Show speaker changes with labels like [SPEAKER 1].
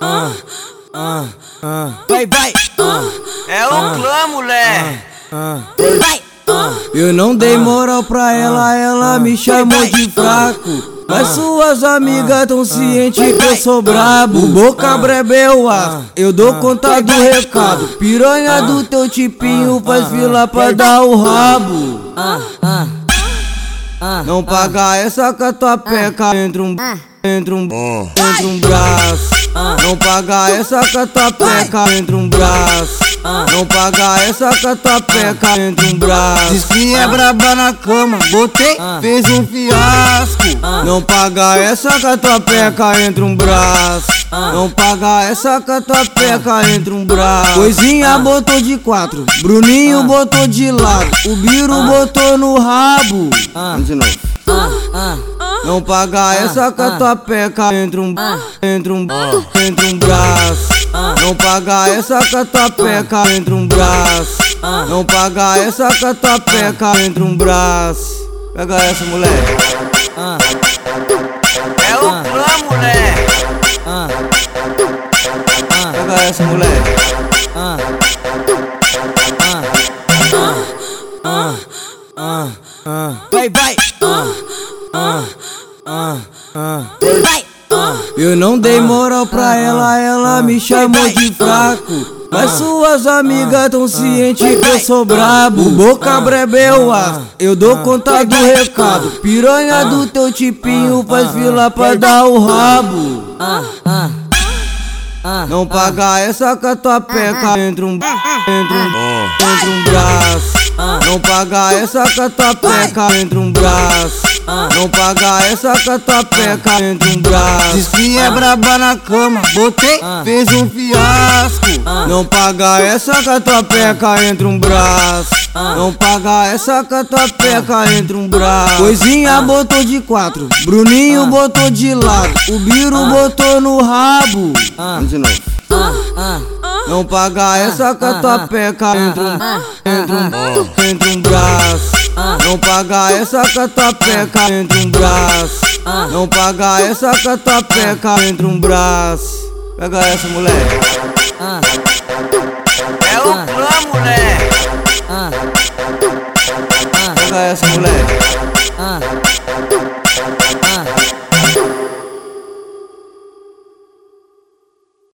[SPEAKER 1] ah, ah, ah. Vai, vai. ah,
[SPEAKER 2] É o clã, mulher.
[SPEAKER 1] ah. Vai. ah.
[SPEAKER 3] Eu não dei moral pra ela, ela me chamou de fraco. Mas suas amigas tão cientes que eu sou brabo. Boca brebeu ar, eu dou conta do recado. Piranha do teu tipinho faz fila pra dar o rabo. ah, Não paga essa catapeca, entra um. Entra um. Entra um braço. Não paga essa catapeca, entra um braço. Não paga essa catapeca, entra um braço. Diz que é Ah. braba na cama, botei, fez um fiasco. Não paga essa catapeca, entra um braço. Não paga essa catapeca, entra um braço. Coisinha botou de quatro, Bruninho botou de lado, o Biro botou no rabo. Vamos de novo. Não paga essa catapeca, entra um, entra um, entra um braço. Não paga essa catapeca, entra um braço. Não paga essa catapeca, entra um braço. Pega essa, moleque.
[SPEAKER 2] É o
[SPEAKER 1] Ah.
[SPEAKER 2] clã, mulher.
[SPEAKER 3] Pega essa, moleque.
[SPEAKER 1] Vai, vai. ah, ah, ah, ah. Vai. ah.
[SPEAKER 3] Eu não dei moral pra ela, ela me chamou de fraco. Mas suas amigas tão cientes que eu sou brabo. Boca brebeu ar, ah. eu dou conta do recado. Ah. Piranha do teu tipinho faz fila pra dar o rabo. ah, Não paga essa catapeca, entra um, entra um, entra um braço. Não paga essa catapeca, entra um braço. Não paga essa catapeca, entra um braço. Diz que é Ah. braba na cama, botei, fez um fiasco. Não paga essa catapeca, entra um braço. Não paga essa catapeca, entra um braço. Coisinha botou de quatro, Ah. Bruninho botou de lado, o Biro botou no rabo. Vamos de novo. Não paga essa catapeca, entra um, entra um, entra um braço. Não paga essa catapeca, entra um braço. Não paga essa catapeca, entra um braço. Pega essa, moleque.
[SPEAKER 2] É o clã, mulher.
[SPEAKER 3] Ah. Pega essa, moleque.